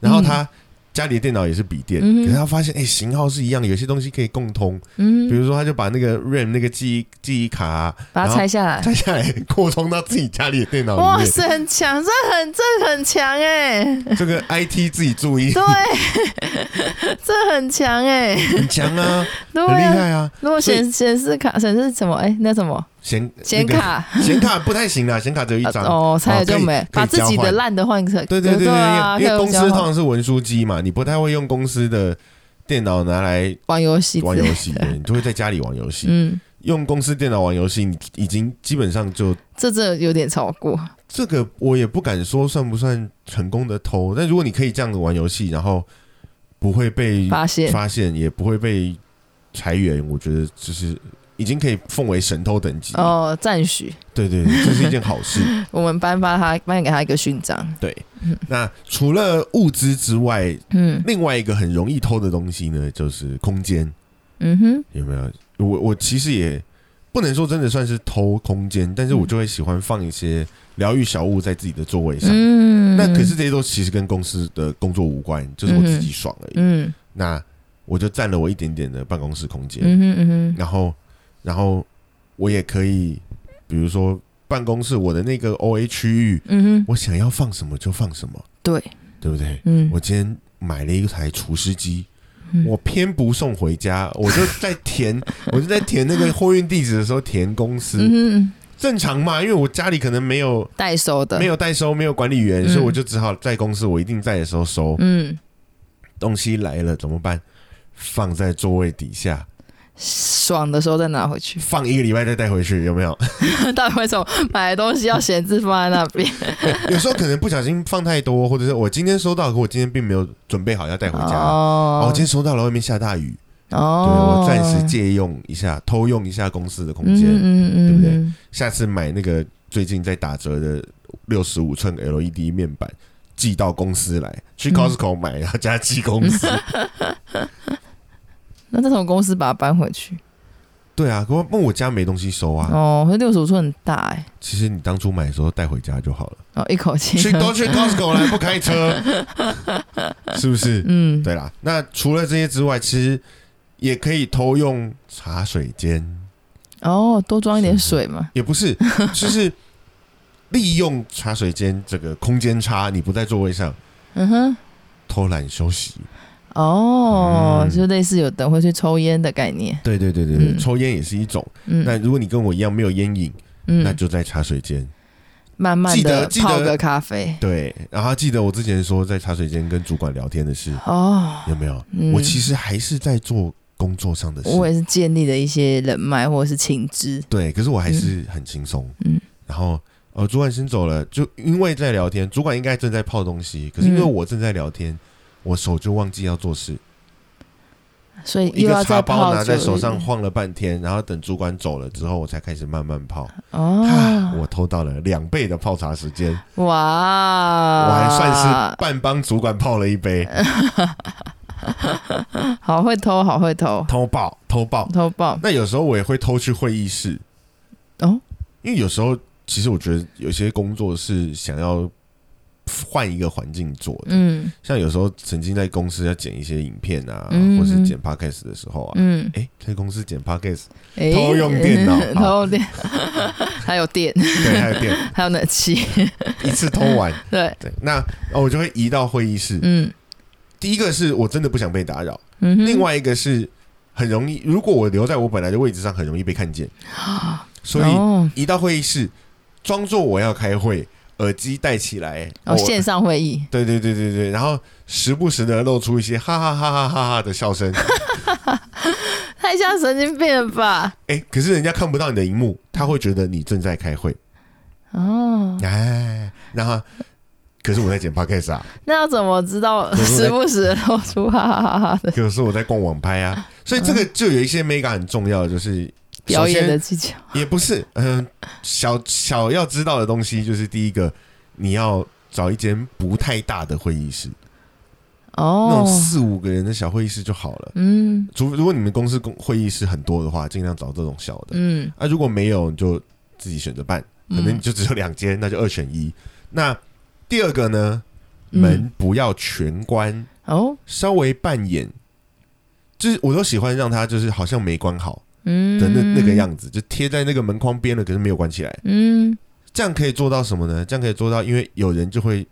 Speaker 1: 然后他家里的电脑也是笔电，
Speaker 3: 嗯嗯哼
Speaker 1: 可是他发现哎、型号是一样的，有些东西可以共通，比
Speaker 3: 嗯，
Speaker 1: 如说他就把那个 RAM 那个记忆记忆卡啊、
Speaker 3: 把它拆下来，
Speaker 1: 拆下来 *laughs* 扩充到自己家里的电脑
Speaker 3: 哇
Speaker 1: 里面，
Speaker 3: 塞，很强，这很这很强哎、
Speaker 1: 这个 IT 自己注意
Speaker 3: 对， *laughs* 这很强哎、
Speaker 1: 很强啊，
Speaker 3: *laughs* 对
Speaker 1: 很厉
Speaker 3: 啊，
Speaker 1: 害啊，
Speaker 3: 如果
Speaker 1: 所以
Speaker 3: 显显示卡显示什么？哎、那什么
Speaker 1: 显
Speaker 3: 显卡？
Speaker 1: 那个显卡不太行啦，显卡只有一
Speaker 3: 呃
Speaker 1: 张。
Speaker 3: 哦，拆了就没
Speaker 1: 可以，
Speaker 3: 把自己
Speaker 1: 交
Speaker 3: 的
Speaker 1: 换
Speaker 3: 烂的换成
Speaker 1: 对对对对，
Speaker 3: 啊，
Speaker 1: 因为因为
Speaker 3: 可
Speaker 1: 公
Speaker 3: 以
Speaker 1: 司
Speaker 3: 交
Speaker 1: 通
Speaker 3: 换
Speaker 1: 常是文书机嘛，你不太会用公司的电脑拿来
Speaker 3: 玩游戏之
Speaker 1: 玩
Speaker 3: 类
Speaker 1: 游
Speaker 3: 的，
Speaker 1: 戏，对你就会在家里玩游戏。
Speaker 3: 嗯，
Speaker 1: 用公司电脑玩游戏，你已经基本上就
Speaker 3: 这真的有点超过，
Speaker 1: 这个，我也不敢说算不算成功的偷。但如果你可以这样子玩游戏，然后不会被
Speaker 3: 发现
Speaker 1: 发现，也不会被裁员，我觉得就是已经可以奉为神偷等级。
Speaker 3: 哦，赞许，
Speaker 1: 对对对，这是一件好事。
Speaker 3: *laughs* 我们颁发他颁给他一个勋章，
Speaker 1: 对，那除了物资之外，
Speaker 3: 嗯
Speaker 1: 另外一个很容易偷的东西呢，就是空间，
Speaker 3: 嗯哼，
Speaker 1: 有没有？我我其实也不能说真的算是偷空间，但是我就会喜欢放一些疗愈小物在自己的座位上。
Speaker 3: 嗯，
Speaker 1: 啊那可是这些都其实跟公司的工作无关，就是我自己爽而已。
Speaker 3: 嗯
Speaker 1: 那我就占了我一点点的办公室空间，
Speaker 3: 嗯哼嗯
Speaker 1: 然后然后我也可以，比如说办公室我的那个 O A 区域，
Speaker 3: 哼嗯哼，
Speaker 1: 我想要放什么就放什么，
Speaker 3: 对，
Speaker 1: 对不对？
Speaker 3: 嗯，
Speaker 1: 我今天买了一台厨师机，
Speaker 3: 嗯
Speaker 1: 我偏不送回家，我就在
Speaker 3: *laughs*
Speaker 1: 填，我就在填那个货运地址的时候填公
Speaker 3: 嗯
Speaker 1: 司，
Speaker 3: 哼嗯
Speaker 1: 正常嘛，因为我家里可能没有
Speaker 3: 代收的
Speaker 1: 没，有代收，没有管理员，
Speaker 3: 嗯
Speaker 1: 所以我就只好在公司我一定在的时候收。
Speaker 3: 嗯，
Speaker 1: 东西来了怎么办？放在座位底下，
Speaker 3: 爽的时候再拿回去， *laughs*
Speaker 1: 放一个礼拜再带回去，有没有？
Speaker 3: 到底为什么买的东西要闲置放在那边？
Speaker 1: 有时候可能不小心放太多，或者是我今天收到，可我今天并没有准备好要带回家。哦
Speaker 3: 哦，
Speaker 1: 我今天收到了，外面下大雨，对
Speaker 3: 哦，
Speaker 1: 我暂时借用一下，偷用一下公司的空
Speaker 3: 嗯
Speaker 1: 间。
Speaker 3: 嗯嗯，
Speaker 1: 对不对
Speaker 3: 嗯？
Speaker 1: 下次买那个最近在打折的六十五寸 LED 面板，寄到公司来，去
Speaker 3: 嗯
Speaker 1: Costco 买，然后加寄公
Speaker 3: *laughs*
Speaker 1: 司。
Speaker 3: 那再从公司把它搬回去，
Speaker 1: 对啊，我问我家没东西收啊。
Speaker 3: 哦，那六十五寸很大哎，
Speaker 1: 其实你当初买的时候带回家就好了，
Speaker 3: 哦，一口气，
Speaker 1: 去 *laughs* 都去 Costco 来，不开车， *laughs* 是不是？
Speaker 3: 嗯，
Speaker 1: 对啦，那除了这些之外，其实也可以偷用茶水间，
Speaker 3: 哦，多装一点水嘛，
Speaker 1: 也不 *laughs* 是，就是利用茶水间这个空间差，你不在座位上
Speaker 3: 嗯哼，
Speaker 1: 偷懒休息。
Speaker 3: 哦
Speaker 1: 嗯，
Speaker 3: 就类似有的人会去抽烟的概念，
Speaker 1: 对对对对对，
Speaker 3: 嗯
Speaker 1: 抽烟也是一种。
Speaker 3: 嗯，
Speaker 1: 那如果你跟我一样没有烟瘾，那
Speaker 3: 嗯，
Speaker 1: 就在茶水间。
Speaker 3: 慢慢
Speaker 1: 记得
Speaker 3: 的
Speaker 1: 记得
Speaker 3: 泡个咖啡，
Speaker 1: 对，然后记得我之前说在茶水间跟主管聊天的事，
Speaker 3: 哦，
Speaker 1: 有没有？
Speaker 3: 嗯
Speaker 1: 我其实还是在做工作上的事，
Speaker 3: 我也是建立了一些人脉或者是情资，
Speaker 1: 对，可是我还是很轻松。
Speaker 3: 嗯，
Speaker 1: 然后呃，主管先走了，就因为在聊天，主管应该正在泡东西，可是因为
Speaker 3: 嗯
Speaker 1: 我正在聊天，我手就忘记要做事，
Speaker 3: 所以
Speaker 1: 一
Speaker 3: 又要
Speaker 1: 个
Speaker 3: 再
Speaker 1: 茶包
Speaker 3: 泡
Speaker 1: 拿在
Speaker 3: 酒
Speaker 1: 手上晃了半天，然后等主管走了之后，我才开始慢慢泡。啊，
Speaker 3: 哦，
Speaker 1: 我偷到了两倍的泡茶时间，
Speaker 3: 哇，
Speaker 1: 我还算是半帮主管泡了一杯，
Speaker 3: 呃好会偷，好会偷，
Speaker 1: 偷爆偷爆。
Speaker 3: 偷爆
Speaker 1: 那有时候我也会偷去会议室，
Speaker 3: 哦，
Speaker 1: 因为有时候其实我觉得有些工作是想要换一个环境做的，
Speaker 3: 嗯
Speaker 1: 像有时候曾经在公司要剪一些影片啊，
Speaker 3: 嗯
Speaker 1: 或是剪 podcast 的时候啊，
Speaker 3: 嗯，
Speaker 1: 哎、在公司剪 podcast，
Speaker 3: 诶
Speaker 1: 偷用电脑
Speaker 3: *laughs* 偷用电，还有电，
Speaker 1: 对，还有电，
Speaker 3: 还有冷气，
Speaker 1: 一次偷
Speaker 3: *laughs*
Speaker 1: 完，
Speaker 3: 对，
Speaker 1: 对，那哦我就会移到会议室。
Speaker 3: 嗯
Speaker 1: 第一个是我真的不想被打扰，
Speaker 3: 嗯哼，
Speaker 1: 另外一个是很容易，如果我留在我本来的位置上，很容易被看
Speaker 3: *gasps*
Speaker 1: 见，所以
Speaker 3: 哦，
Speaker 1: 移到会议室，装作我要开会，耳机戴起来，
Speaker 3: 哦
Speaker 1: 我
Speaker 3: 线上会议，
Speaker 1: 对对对对对，然后时不时的露出一些哈哈哈哈哈哈的笑声。
Speaker 3: 太像神经病了吧？
Speaker 1: 哎、可是人家看不到你的荧幕，他会觉得你正在开会。
Speaker 3: 哦，
Speaker 1: 哎，然后可是我在剪 podcast 啊，
Speaker 3: 那要怎么知道
Speaker 1: 是我在
Speaker 3: 时不时露出哈哈哈哈的
Speaker 1: 可是我在逛网拍啊，所以这个就有一些 mega 很重要，就是
Speaker 3: 表演
Speaker 1: 首
Speaker 3: 的
Speaker 1: 先
Speaker 3: 技巧？
Speaker 1: 也不是，嗯、小小要知道的东西就是第一个，你要找一间不太大的会议室，那种
Speaker 3: 哦，
Speaker 1: 四五个人的小会议室就好了。
Speaker 3: 嗯
Speaker 1: 除如果你们公司公会议室很多的话，尽量找这种小的。
Speaker 3: 嗯，
Speaker 1: 啊，如果没有，你就自己选择办，可能你就只有两间，那就二选一。那第二个呢，
Speaker 3: 嗯
Speaker 1: 门不要全关，
Speaker 3: 哦，
Speaker 1: 稍微扮演，就是我都喜欢让他就是好像没关好
Speaker 3: 嗯
Speaker 1: 的那、那个，样子，就贴在那个门框边了，可是没有关起来。
Speaker 3: 嗯
Speaker 1: 这样可以做到什么呢？这样可以做到，因为有人就会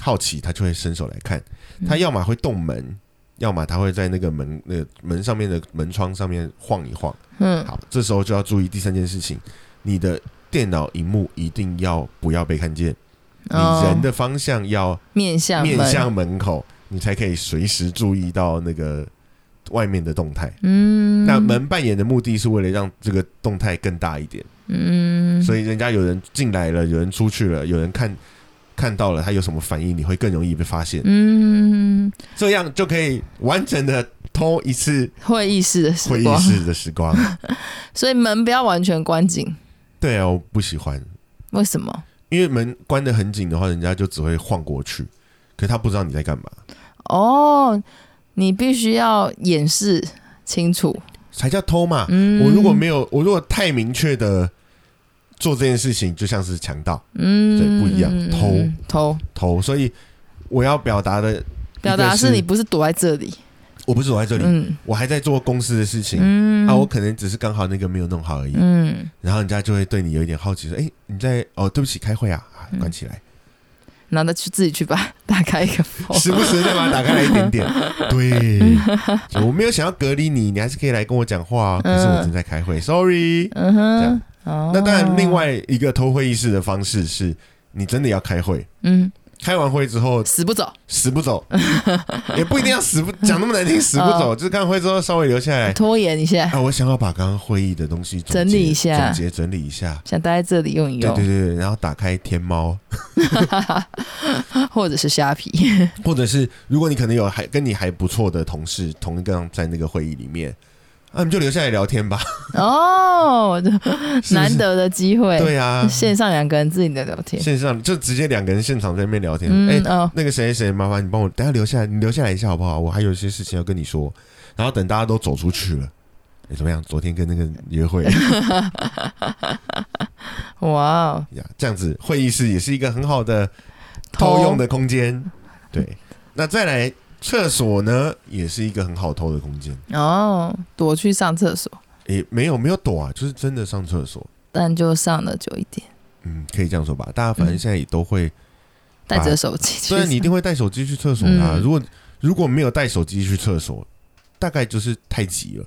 Speaker 1: 好奇，他就会伸手来看，
Speaker 3: 嗯
Speaker 1: 他要么会动门。要么他会在那个门、那个门上面的门窗上面晃一晃。
Speaker 3: 嗯
Speaker 1: 好，这时候就要注意第三件事情，你的电脑荧幕一定要不要被看见，
Speaker 3: 哦
Speaker 1: 你人的方向要
Speaker 3: 面向
Speaker 1: 面
Speaker 3: 门
Speaker 1: 向门口，你才可以随时注意到那个外面的动态。
Speaker 3: 嗯，
Speaker 1: 那门扮演的目的是为了让这个动态更大一点，
Speaker 3: 嗯，
Speaker 1: 所
Speaker 3: 以
Speaker 1: 以人家有人进来了，有人出去了，有人看看到了，他有什么反应，你会更容易被发现。
Speaker 3: 嗯，
Speaker 1: 这样就可以完整的偷一次
Speaker 3: 会议室的
Speaker 1: 会
Speaker 3: 时
Speaker 1: 议
Speaker 3: 光，
Speaker 1: 室的时光。
Speaker 3: 所以门不要完全关紧，
Speaker 1: 对啊，我不喜欢，
Speaker 3: 为什么？
Speaker 1: 因为门关得很紧的话，人家就只会晃过去，可他不知道你在干嘛，
Speaker 3: 哦，你必须要演示清楚，
Speaker 1: 才叫偷嘛。
Speaker 3: 嗯，
Speaker 1: 我如果没有，我如果太明确的做这件事情，就像是强盗
Speaker 3: 嗯，
Speaker 1: 对不一样
Speaker 3: 嗯
Speaker 1: 偷
Speaker 3: 嗯偷
Speaker 1: 头，所以我要表达的，
Speaker 3: 表达
Speaker 1: 一
Speaker 3: 是
Speaker 1: 个是
Speaker 3: 你不是躲在这里，
Speaker 1: 我不是躲在这里，
Speaker 3: 嗯
Speaker 1: 我还在做公司的事情、
Speaker 3: 嗯
Speaker 1: 啊，我可能只是刚好那个没有弄好而已，
Speaker 3: 嗯，
Speaker 1: 然后人家就会对你有一点好奇，说，哎、你在哦，对不起，开会啊，啊
Speaker 3: 嗯
Speaker 1: 关起来，
Speaker 3: 然后再去自己去吧， *laughs* 打开一个封，
Speaker 1: 时不时再把它打开来一点 *laughs* 点，对，就我没有想要隔离你，你还是可以来跟我讲话、哦，可是我正在开会、s o r r y
Speaker 3: 嗯
Speaker 1: 这
Speaker 3: 哼
Speaker 1: 样，
Speaker 3: 哦
Speaker 1: 那当然，另，外一个偷会议室的方式是你真的要开会。
Speaker 3: 嗯，
Speaker 1: 开完会之后
Speaker 3: 死不走，
Speaker 1: 死不
Speaker 3: *laughs*
Speaker 1: 走，也不一定要死不讲那么难听，死不走，哦就是开完会之后稍微留下来。
Speaker 3: 拖延一下，
Speaker 1: 啊，我想要把刚刚会议的东西总结
Speaker 3: 整理一下
Speaker 1: 总结整理一下。
Speaker 3: 想待在这里用一
Speaker 1: 对对
Speaker 3: 用，
Speaker 1: 对，对然后打开天猫，
Speaker 3: *laughs* 或者是虾皮，
Speaker 1: 或者是如果你可能有还跟你还不错的同事同一个在那个会议里面，啊，你们就留下来聊天吧，
Speaker 3: 哦，
Speaker 1: 是不是
Speaker 3: 难得的机会，
Speaker 1: 对啊，
Speaker 3: 线上两个人自己的聊天，
Speaker 1: 线上就直接两个人现场在那边聊天，哎、
Speaker 3: 嗯、哦，
Speaker 1: 那个谁谁，麻烦你帮我等下留下来，你留下来一下好不好？我还有一些事情要跟你说。然后等大家都走出去了，哎，怎么样？昨天跟那个约会
Speaker 3: 哇哦，
Speaker 1: 呀，这样子会议室也是一个很好的偷用的空间。对，那再来厕所呢，也是一个很好偷的空间。
Speaker 3: 哦，躲去上厕所，
Speaker 1: 诶，没有没有躲啊，就是真的上厕所。
Speaker 3: 但就上的久一点，
Speaker 1: 嗯，可以这样说吧。大家反
Speaker 3: 嗯
Speaker 1: 正现在也都会，
Speaker 3: 带着手机去
Speaker 1: 虽啊然你一定会带手机去厕所啦、
Speaker 3: 嗯
Speaker 1: 如果如果没有带手机去厕所，大概就是太急了。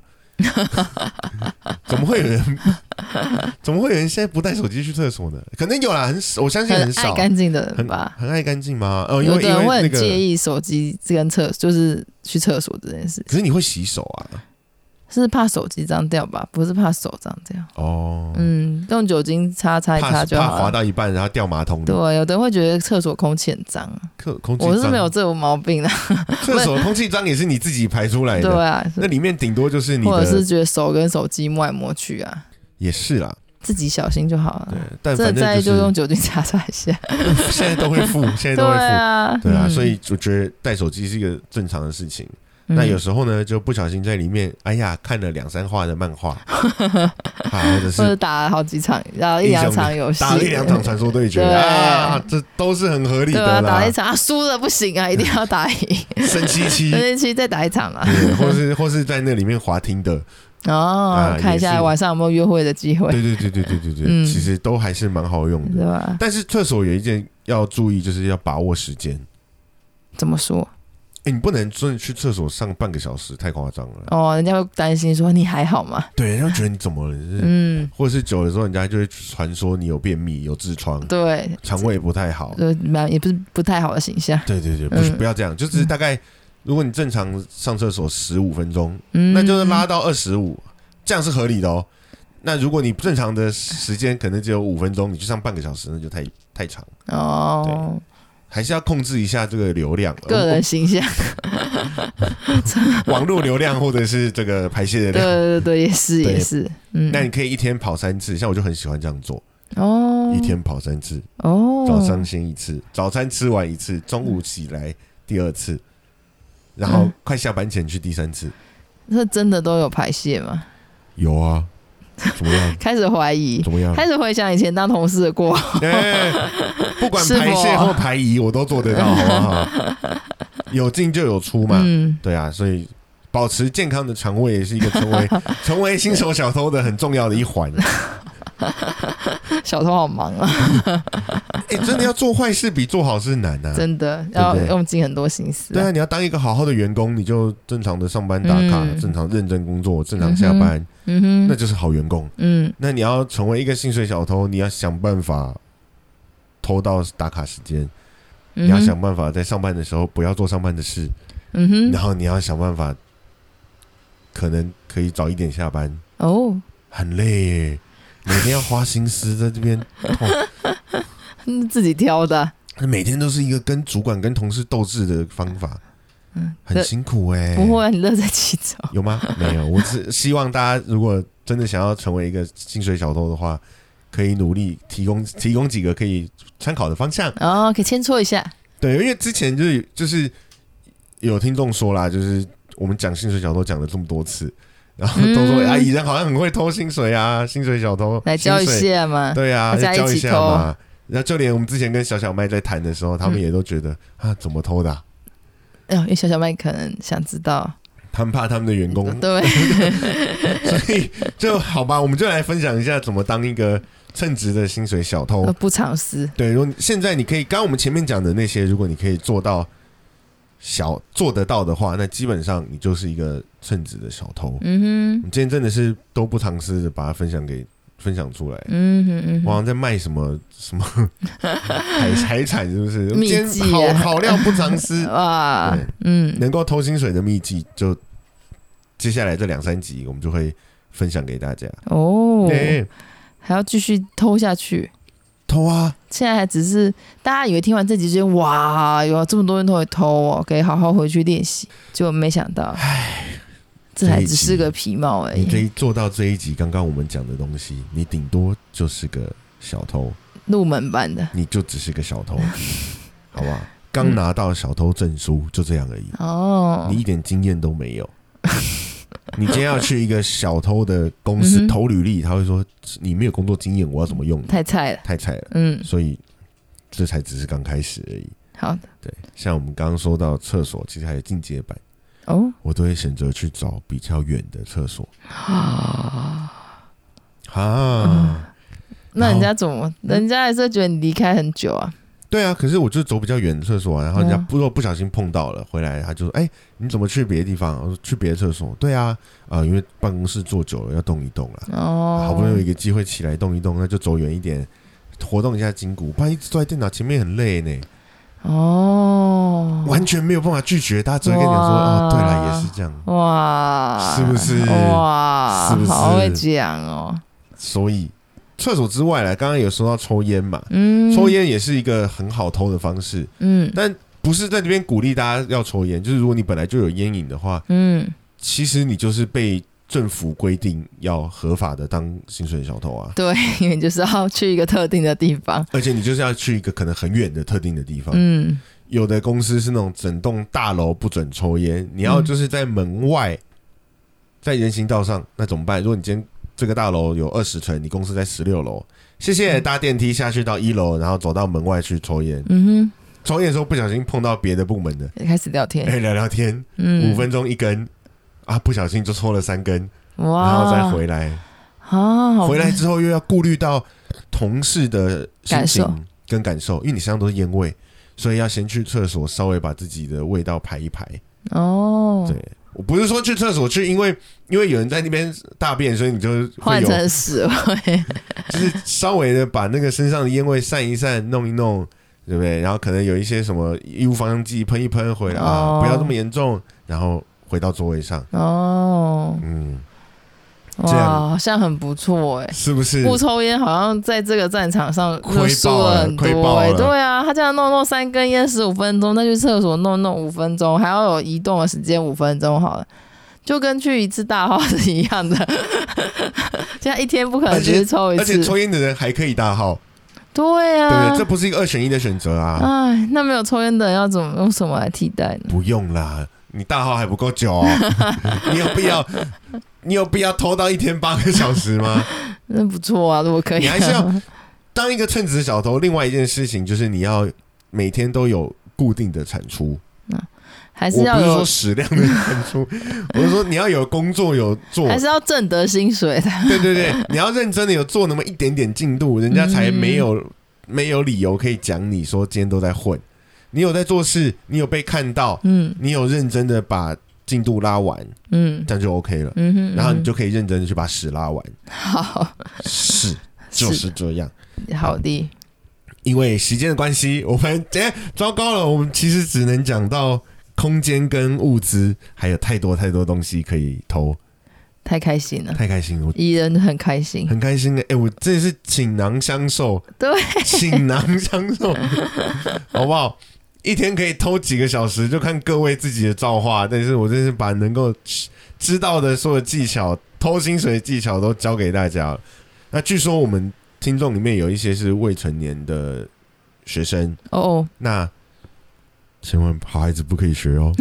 Speaker 1: *laughs* 怎么会有人？怎么会有人现在不带手机去厕所呢？可能有啦，很少，我相信
Speaker 3: 很
Speaker 1: 很
Speaker 3: 爱
Speaker 1: 少。
Speaker 3: 干净的人吧。
Speaker 1: 很爱干净吗？哦，因
Speaker 3: 有
Speaker 1: 为
Speaker 3: 的
Speaker 1: 因为
Speaker 3: 人会
Speaker 1: 那
Speaker 3: 很介
Speaker 1: 个，
Speaker 3: 意手机跟厕，就是去厕所这件事，
Speaker 1: 可是你会洗手啊？
Speaker 3: 是怕手机脏掉吧？不是怕手脏掉。
Speaker 1: 哦，
Speaker 3: 嗯，用酒精擦擦一
Speaker 1: 怕
Speaker 3: 擦就
Speaker 1: 怕
Speaker 3: 好
Speaker 1: 滑
Speaker 3: 了。
Speaker 1: 到一半然后掉马桶里，
Speaker 3: 对，有的人会觉得厕所空气很脏，啊
Speaker 1: 空空气
Speaker 3: 我是
Speaker 1: 脏
Speaker 3: 没有这种毛病的。
Speaker 1: 厕所空气脏也是你自己排出来
Speaker 3: 对
Speaker 1: 的，
Speaker 3: 啊，
Speaker 1: 哎那里面顶多就是你
Speaker 3: 或者是
Speaker 1: 的
Speaker 3: 觉得手跟手机摸来摸去啊，
Speaker 1: 也是啦，
Speaker 3: 自己小心就好
Speaker 1: 对
Speaker 3: 了。，
Speaker 1: 但
Speaker 3: 这
Speaker 1: 反
Speaker 3: 在
Speaker 1: 正
Speaker 3: 意就用
Speaker 1: 是
Speaker 3: 酒精擦擦一下。
Speaker 1: *laughs* 现在都会
Speaker 3: *laughs*
Speaker 1: 付，现在
Speaker 3: 对
Speaker 1: 都会付，
Speaker 3: 啊，
Speaker 1: 对啊，
Speaker 3: 嗯
Speaker 1: 所以我觉得带手机是一个正常的事情。
Speaker 3: 嗯
Speaker 1: 那有时候呢，就不小心在里面，哎呀，看了两三话的漫
Speaker 3: *laughs*
Speaker 1: 画，啊，或者
Speaker 3: 或者
Speaker 1: 是
Speaker 3: 打了好几场，然后一两场游戏，
Speaker 1: 打了一两场传说对决
Speaker 3: 对
Speaker 1: 啊，这都是很合理
Speaker 3: 对
Speaker 1: 的
Speaker 3: 啊，打
Speaker 1: 啦
Speaker 3: 一。场啊，输了不
Speaker 1: *laughs*
Speaker 3: 行啊，一定要打赢，
Speaker 1: 生七七，
Speaker 3: 那就去再打一场啊嘛。
Speaker 1: 对或是或是在那里面滑听
Speaker 3: *laughs*
Speaker 1: 的， *laughs* 啊
Speaker 3: 哦，看一
Speaker 1: 也
Speaker 3: 下
Speaker 1: 是
Speaker 3: 晚上有没有约会的机会，
Speaker 1: 对对对对对对对，
Speaker 3: 嗯
Speaker 1: 其实都还是蛮好用
Speaker 3: 对
Speaker 1: 的。
Speaker 3: 吧？
Speaker 1: 但是厕所有一件要注意，就是要把握时间。
Speaker 3: 怎么说？
Speaker 1: 哎，你不能真的去厕所上半个小时，太夸张了。
Speaker 3: 哦，人家会担心说你还好吗？
Speaker 1: 对，人家觉得你怎么了？就是
Speaker 3: 嗯，
Speaker 1: 或者是久了之后，人家就会传说你有便秘、有痔疮、
Speaker 3: 对，
Speaker 1: 肠胃不太好。
Speaker 3: 呃，蛮也不是不太好的形象。
Speaker 1: 对对对，不
Speaker 3: 嗯
Speaker 1: 不要这样，就是大概如果你正常上厕所十五分钟，
Speaker 3: 嗯，
Speaker 1: 那就是拉到二十五，这样是合理的哦。那如果你正常的时间可能只有五分钟，你去上半个小时，那就太太长，
Speaker 3: 哦，
Speaker 1: 还是要控制一下这个流量，
Speaker 3: 个人形象，
Speaker 1: 呃 *laughs* 网络流量或者是这个排泄的
Speaker 3: 对
Speaker 1: 量。
Speaker 3: 对对，也是
Speaker 1: 对
Speaker 3: 也是，嗯，
Speaker 1: 那你可以一天跑三次，像我就很喜欢这样做，
Speaker 3: 哦，
Speaker 1: 一天跑三次，
Speaker 3: 哦，嗯
Speaker 1: 早上先一次，早餐吃完一次，中午起来第二次，然后
Speaker 3: 嗯
Speaker 1: 快下班前去第三次。
Speaker 3: 那真的都有排泄吗？
Speaker 1: 有啊，怎么
Speaker 3: *laughs*
Speaker 1: 样？
Speaker 3: 开始怀疑，
Speaker 1: 怎么样？
Speaker 3: 开始回想以前当同事的过往。
Speaker 1: 哎，不管
Speaker 3: 是
Speaker 1: 排泄
Speaker 3: 否
Speaker 1: 或排遗，我都做得
Speaker 3: *laughs*
Speaker 1: 到，好不好？有进就有出嘛，
Speaker 3: 嗯，
Speaker 1: 对啊，所以保持健康的肠胃也是一个成
Speaker 3: *laughs*
Speaker 1: 为成为新手小偷的很重要的一环。
Speaker 3: 小偷好忙啊，
Speaker 1: 哎，真的要做坏事比做好事难啊！
Speaker 3: 真的
Speaker 1: 对
Speaker 3: 要
Speaker 1: 不对
Speaker 3: 用尽很多心思
Speaker 1: 对
Speaker 3: 啊。
Speaker 1: 啊，你要当一个好好的员工，你就正常的上班打卡，
Speaker 3: 嗯
Speaker 1: 正常认真工作，正常下班，
Speaker 3: 嗯
Speaker 1: 那
Speaker 3: 哼，
Speaker 1: 就是好员工。
Speaker 3: 嗯，
Speaker 1: 那你要成为一个薪水小偷，你要想办法偷到打卡时间，
Speaker 3: 你
Speaker 1: 你要，想办法在上班的时候不要做上班的事，
Speaker 3: 嗯
Speaker 1: 然
Speaker 3: 哼，
Speaker 1: 后你要想办法，可能可以早一点下班，
Speaker 3: 哦，
Speaker 1: 很累
Speaker 3: *laughs*
Speaker 1: 耶，每天要花心思在这边，哦
Speaker 3: 嗯自己挑的，
Speaker 1: 那每天都是一个跟主管跟同事斗智的方法，
Speaker 3: 嗯，
Speaker 1: 很辛苦哎、
Speaker 3: 不会啊，你乐在其中。
Speaker 1: *laughs* 有吗？没有，我只希望大家如果真的想要成为一个薪水小偷的话，可以努力提供提供几个可以参考的方向。
Speaker 3: 哦，可以牵错一下，
Speaker 1: 对，因为之前就是就是有听众说啦，就是我们讲薪水小偷讲了这么多次，然后都说、
Speaker 3: 嗯
Speaker 1: 啊，蚁人好像很会偷薪水啊，薪水小偷
Speaker 3: 来教一，
Speaker 1: 薪水
Speaker 3: 下嘛。
Speaker 1: 对啊，
Speaker 3: 大家
Speaker 1: 要教
Speaker 3: 一
Speaker 1: 一
Speaker 3: 起
Speaker 1: 下嘛。然后就连我们之前跟小小麦在谈的时候，他们
Speaker 3: 嗯
Speaker 1: 也都觉得、啊，怎么偷的啊、
Speaker 3: 哎呦因为小小麦可能想知道，
Speaker 1: 他们怕他们的员工，
Speaker 3: *laughs* 对，
Speaker 1: *laughs* 所以就好吧，我们就来分享一下怎么当一个称职的薪水小偷。
Speaker 3: *laughs* 不藏私。
Speaker 1: 对，如果你现在你可以，刚刚我们前面讲的那些，如果你可以做到小做得到的话，那基本上你就是一个称职的小偷。
Speaker 3: 嗯哼，
Speaker 1: 你今天真的是都不藏私的把它分享给分享出来，
Speaker 3: 嗯哼嗯
Speaker 1: 我好
Speaker 3: 哼，
Speaker 1: 像在卖什么什
Speaker 3: *laughs*
Speaker 1: 么财财产，是不是？我们
Speaker 3: 秘
Speaker 1: 今
Speaker 3: 籍
Speaker 1: 天好
Speaker 3: 啊
Speaker 1: 好料不藏私，
Speaker 3: *laughs* 哇
Speaker 1: 对，
Speaker 3: 嗯，
Speaker 1: 能够偷薪水的秘籍，就接下来这两三集我们就会分享给大家。
Speaker 3: 哦，
Speaker 1: 对，
Speaker 3: 还要继续偷下去。
Speaker 1: 偷啊！
Speaker 3: 现在还只是大家以为听完这几句，哇，有这么多人都会偷哦，可以好好回去练习。结果没想到，这还只是个皮毛而
Speaker 1: 你这
Speaker 3: 已，
Speaker 1: 一做到这一集，刚刚我们讲的东西，你顶多就是个小偷，
Speaker 3: 入门版的
Speaker 1: 你就只是个小
Speaker 3: *laughs*
Speaker 1: 偷，好不好？刚拿到小偷证书，就这样而已，
Speaker 3: 哦
Speaker 1: 你。一点经验都没
Speaker 3: *laughs*
Speaker 1: 有。你今天要去一个小偷的公
Speaker 3: 嗯
Speaker 1: 司
Speaker 3: 哼
Speaker 1: 投履历，他会说你没有工作经验，我要怎么用你？
Speaker 3: 太菜了，
Speaker 1: 太菜了，
Speaker 3: 嗯，
Speaker 1: 所以这才只是刚开始而已。
Speaker 3: 好的
Speaker 1: 对，像我们刚刚说到厕所，其实还有进阶版，
Speaker 3: 哦，
Speaker 1: 我都会选择去找比较远的厕所。啊，
Speaker 3: 那人家怎么？人家还是会觉得你离开很久啊，
Speaker 1: 对啊，可是我就走比较远的厕所啊，然后人家
Speaker 3: 对啊
Speaker 1: 不如果不小心碰到了，回来他就说：“哎、你怎么去别的地方？”我说：“去别的厕所。”对啊，啊、因为办公室坐久了要动一动啦，
Speaker 3: 哦，
Speaker 1: 好不容易有一个机会起来动一动，那就走远一点，活动一下筋骨，不然一直坐在电脑前面很累呢，
Speaker 3: 哦，
Speaker 1: 完全没有办法拒绝。大家只会跟你讲说：“
Speaker 3: 哇
Speaker 1: 哦，对了，也是这样。
Speaker 3: 哇，
Speaker 1: 是不是
Speaker 3: 哇，
Speaker 1: 是不是
Speaker 3: 好会讲哦，”
Speaker 1: 所以厕所之外啦，刚刚有说到抽烟嘛，
Speaker 3: 嗯，
Speaker 1: 抽，烟也是一个很好偷的方式。
Speaker 3: 嗯
Speaker 1: 但不是在这边鼓励大家要抽烟，就是如果你本来就有烟瘾的话，
Speaker 3: 嗯， *laughs*
Speaker 1: 其实你就是被政府规定要合法的当薪水小偷啊，
Speaker 3: 对，因为就是要去一个特定的地方，
Speaker 1: 而且你就是要去一个可能很远的特定的地方。
Speaker 3: 嗯，
Speaker 1: 有的公司是那种整栋大楼不准抽烟，你要就是在门外，在人行道上，那怎么办？如果你今天这个大楼有二十层，你公司在十六楼，谢谢，搭电梯下去到一楼，然后走到门外去抽烟。
Speaker 3: 嗯
Speaker 1: 抽烟的时候不小心碰到别的部门的，
Speaker 3: 哼，开始聊天，
Speaker 1: 哎，聊聊天，
Speaker 3: 嗯，
Speaker 1: 五分钟一根啊，不小心就抽了三根，
Speaker 3: 哇，
Speaker 1: 然后再回来，
Speaker 3: 啊，好
Speaker 1: 回来之后又要顾虑到同事的心
Speaker 3: 感受
Speaker 1: 情跟感受，因为你身上都是烟味，所以要先去厕所稍微把自己的味道排一排。
Speaker 3: 哦，
Speaker 1: 对我不是说去厕所去，因为因为有人在那边大便，所以你就会
Speaker 3: 换
Speaker 1: 有，
Speaker 3: 成屎味，
Speaker 1: 就是稍微的把那个身上的烟味散一散，弄一弄。对不对？然后可能有一些什么衣物芳香剂喷一喷回来、啊，
Speaker 3: 哦
Speaker 1: 不要这么严重。然后回到座位上，
Speaker 3: 哦，
Speaker 1: 嗯，
Speaker 3: 哇，
Speaker 1: 这样
Speaker 3: 好像很不错哎。
Speaker 1: 是不是？
Speaker 3: 不抽烟好像在这个战场上
Speaker 1: 亏爆了
Speaker 3: 就输了很多、
Speaker 1: 亏爆
Speaker 3: 欸，
Speaker 1: 了
Speaker 3: 对啊，他这样弄弄三根烟十五分钟，再去厕所弄弄五分钟，还要有移动的时间五分钟好了，就跟去一次大号是一样的。 *laughs* 现在一天不可能只是抽一
Speaker 1: 而且
Speaker 3: 次，
Speaker 1: 抽烟的人还可以大
Speaker 3: 啊
Speaker 1: 号，
Speaker 3: 对
Speaker 1: 对不
Speaker 3: 啊
Speaker 1: 对？这，不是一个二选一的选择啊！
Speaker 3: 哎，那没有抽烟的人要怎么用什么来替代呢？
Speaker 1: 不用啦，你大号还不够久哦，
Speaker 3: *laughs*
Speaker 1: 你有必要，你有必要偷到一天八个小时吗？
Speaker 3: *laughs* 那不错啊，如果可以
Speaker 1: 你
Speaker 3: 的话，
Speaker 1: 还是要当一个称职的小偷。另外一件事情就是你要每天都有固定的产出，
Speaker 3: *laughs* 还是
Speaker 1: 我
Speaker 3: 要
Speaker 1: 不是说
Speaker 3: 有，
Speaker 1: 适量的产出，我是说你要有工作有做，
Speaker 3: 还是要挣得薪水的。
Speaker 1: *laughs* 对对对，你要认真的有做那么一点点进
Speaker 3: *laughs*
Speaker 1: 度，人家才没有、
Speaker 3: 嗯
Speaker 1: 没有理由可以讲你说今天都在混。你有在做事，你有被看到，
Speaker 3: 嗯
Speaker 1: 你有认真的把进度拉完，
Speaker 3: 嗯
Speaker 1: 这样就 OK 了。
Speaker 3: 嗯哼，
Speaker 1: 然后你
Speaker 3: 嗯
Speaker 1: 就可以认真的去把屎拉完，
Speaker 3: 好 *laughs*
Speaker 1: 是就是这样。
Speaker 3: 好的，
Speaker 1: 因为时间的关系，我们哎、糟糕了，我们其实只能讲到空间跟物资，还有太多太多东西可以偷，
Speaker 3: 太开心了，
Speaker 1: 太开心了，我
Speaker 3: 宜人很开心。
Speaker 1: 很开心的。哎、我真的是倾囊相授，
Speaker 3: 对，
Speaker 1: 倾囊相授，
Speaker 3: *laughs*
Speaker 1: 好不好？一天可以偷几个小时，就看各位自己的造化。但是我真是把能够知知道的所有技巧、偷薪水的技巧都教给大家了。那据说我们听众里面有一些是未成年的学生，
Speaker 3: 哦哦，
Speaker 1: 那千万好孩子不可以学
Speaker 3: *laughs*
Speaker 1: 哦。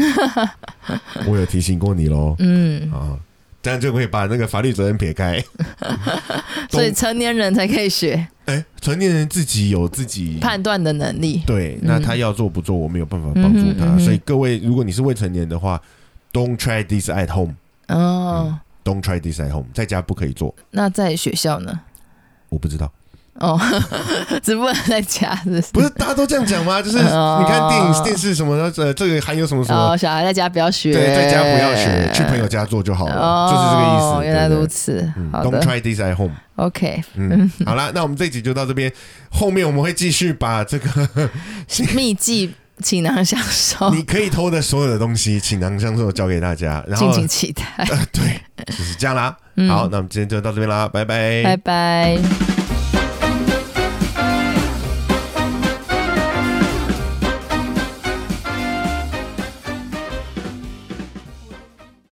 Speaker 1: 我有提醒过你喽
Speaker 3: 嗯，
Speaker 1: 啊，这样就可以把那个法律责任撇开。
Speaker 3: *laughs*
Speaker 1: *laughs*
Speaker 3: 所以成年人才可以学
Speaker 1: 哎、成年人自己有自己
Speaker 3: 判断的能力。
Speaker 1: 对，
Speaker 3: 嗯
Speaker 1: 那他要做不做，我没有办法帮助
Speaker 3: 嗯
Speaker 1: 他。
Speaker 3: 哼嗯哼
Speaker 1: 所以各位，如果你是未成年的话，Don't try this at home。
Speaker 3: 哦，
Speaker 1: Don't try this at home，在家不可以做。
Speaker 3: 那在学校呢？
Speaker 1: 我不知
Speaker 3: *laughs*
Speaker 1: 道，
Speaker 3: 哦，只不能在家，是
Speaker 1: 不
Speaker 3: 不
Speaker 1: 是
Speaker 3: 是？
Speaker 1: 大家都这样讲吗？就是你
Speaker 3: *laughs* 哦
Speaker 1: 看电影、电视什么的，呃，这个还有什么什么
Speaker 3: 哦，，小孩在家不要学，
Speaker 1: 对，在家不要学，去朋友家做就好了，就是这个意
Speaker 3: 哦
Speaker 1: 思。
Speaker 3: 原来
Speaker 1: 对不
Speaker 3: 如
Speaker 1: 对
Speaker 3: 此，
Speaker 1: 嗯
Speaker 3: 好
Speaker 1: ，Don't
Speaker 3: 的
Speaker 1: try this at home。
Speaker 3: *laughs*
Speaker 1: *laughs*
Speaker 3: ，OK。
Speaker 1: 嗯，好啦，那我们这一集就到这边，后面我们会继续把这个
Speaker 3: 秘技倾囊相授，
Speaker 1: 你可以偷的所有的东西，请囊相授教给大家。然后
Speaker 3: 敬，请期待。
Speaker 1: 对，就是这样啦。
Speaker 3: 嗯
Speaker 1: 好，那我们今天就到这边啦，拜拜，
Speaker 3: 拜拜。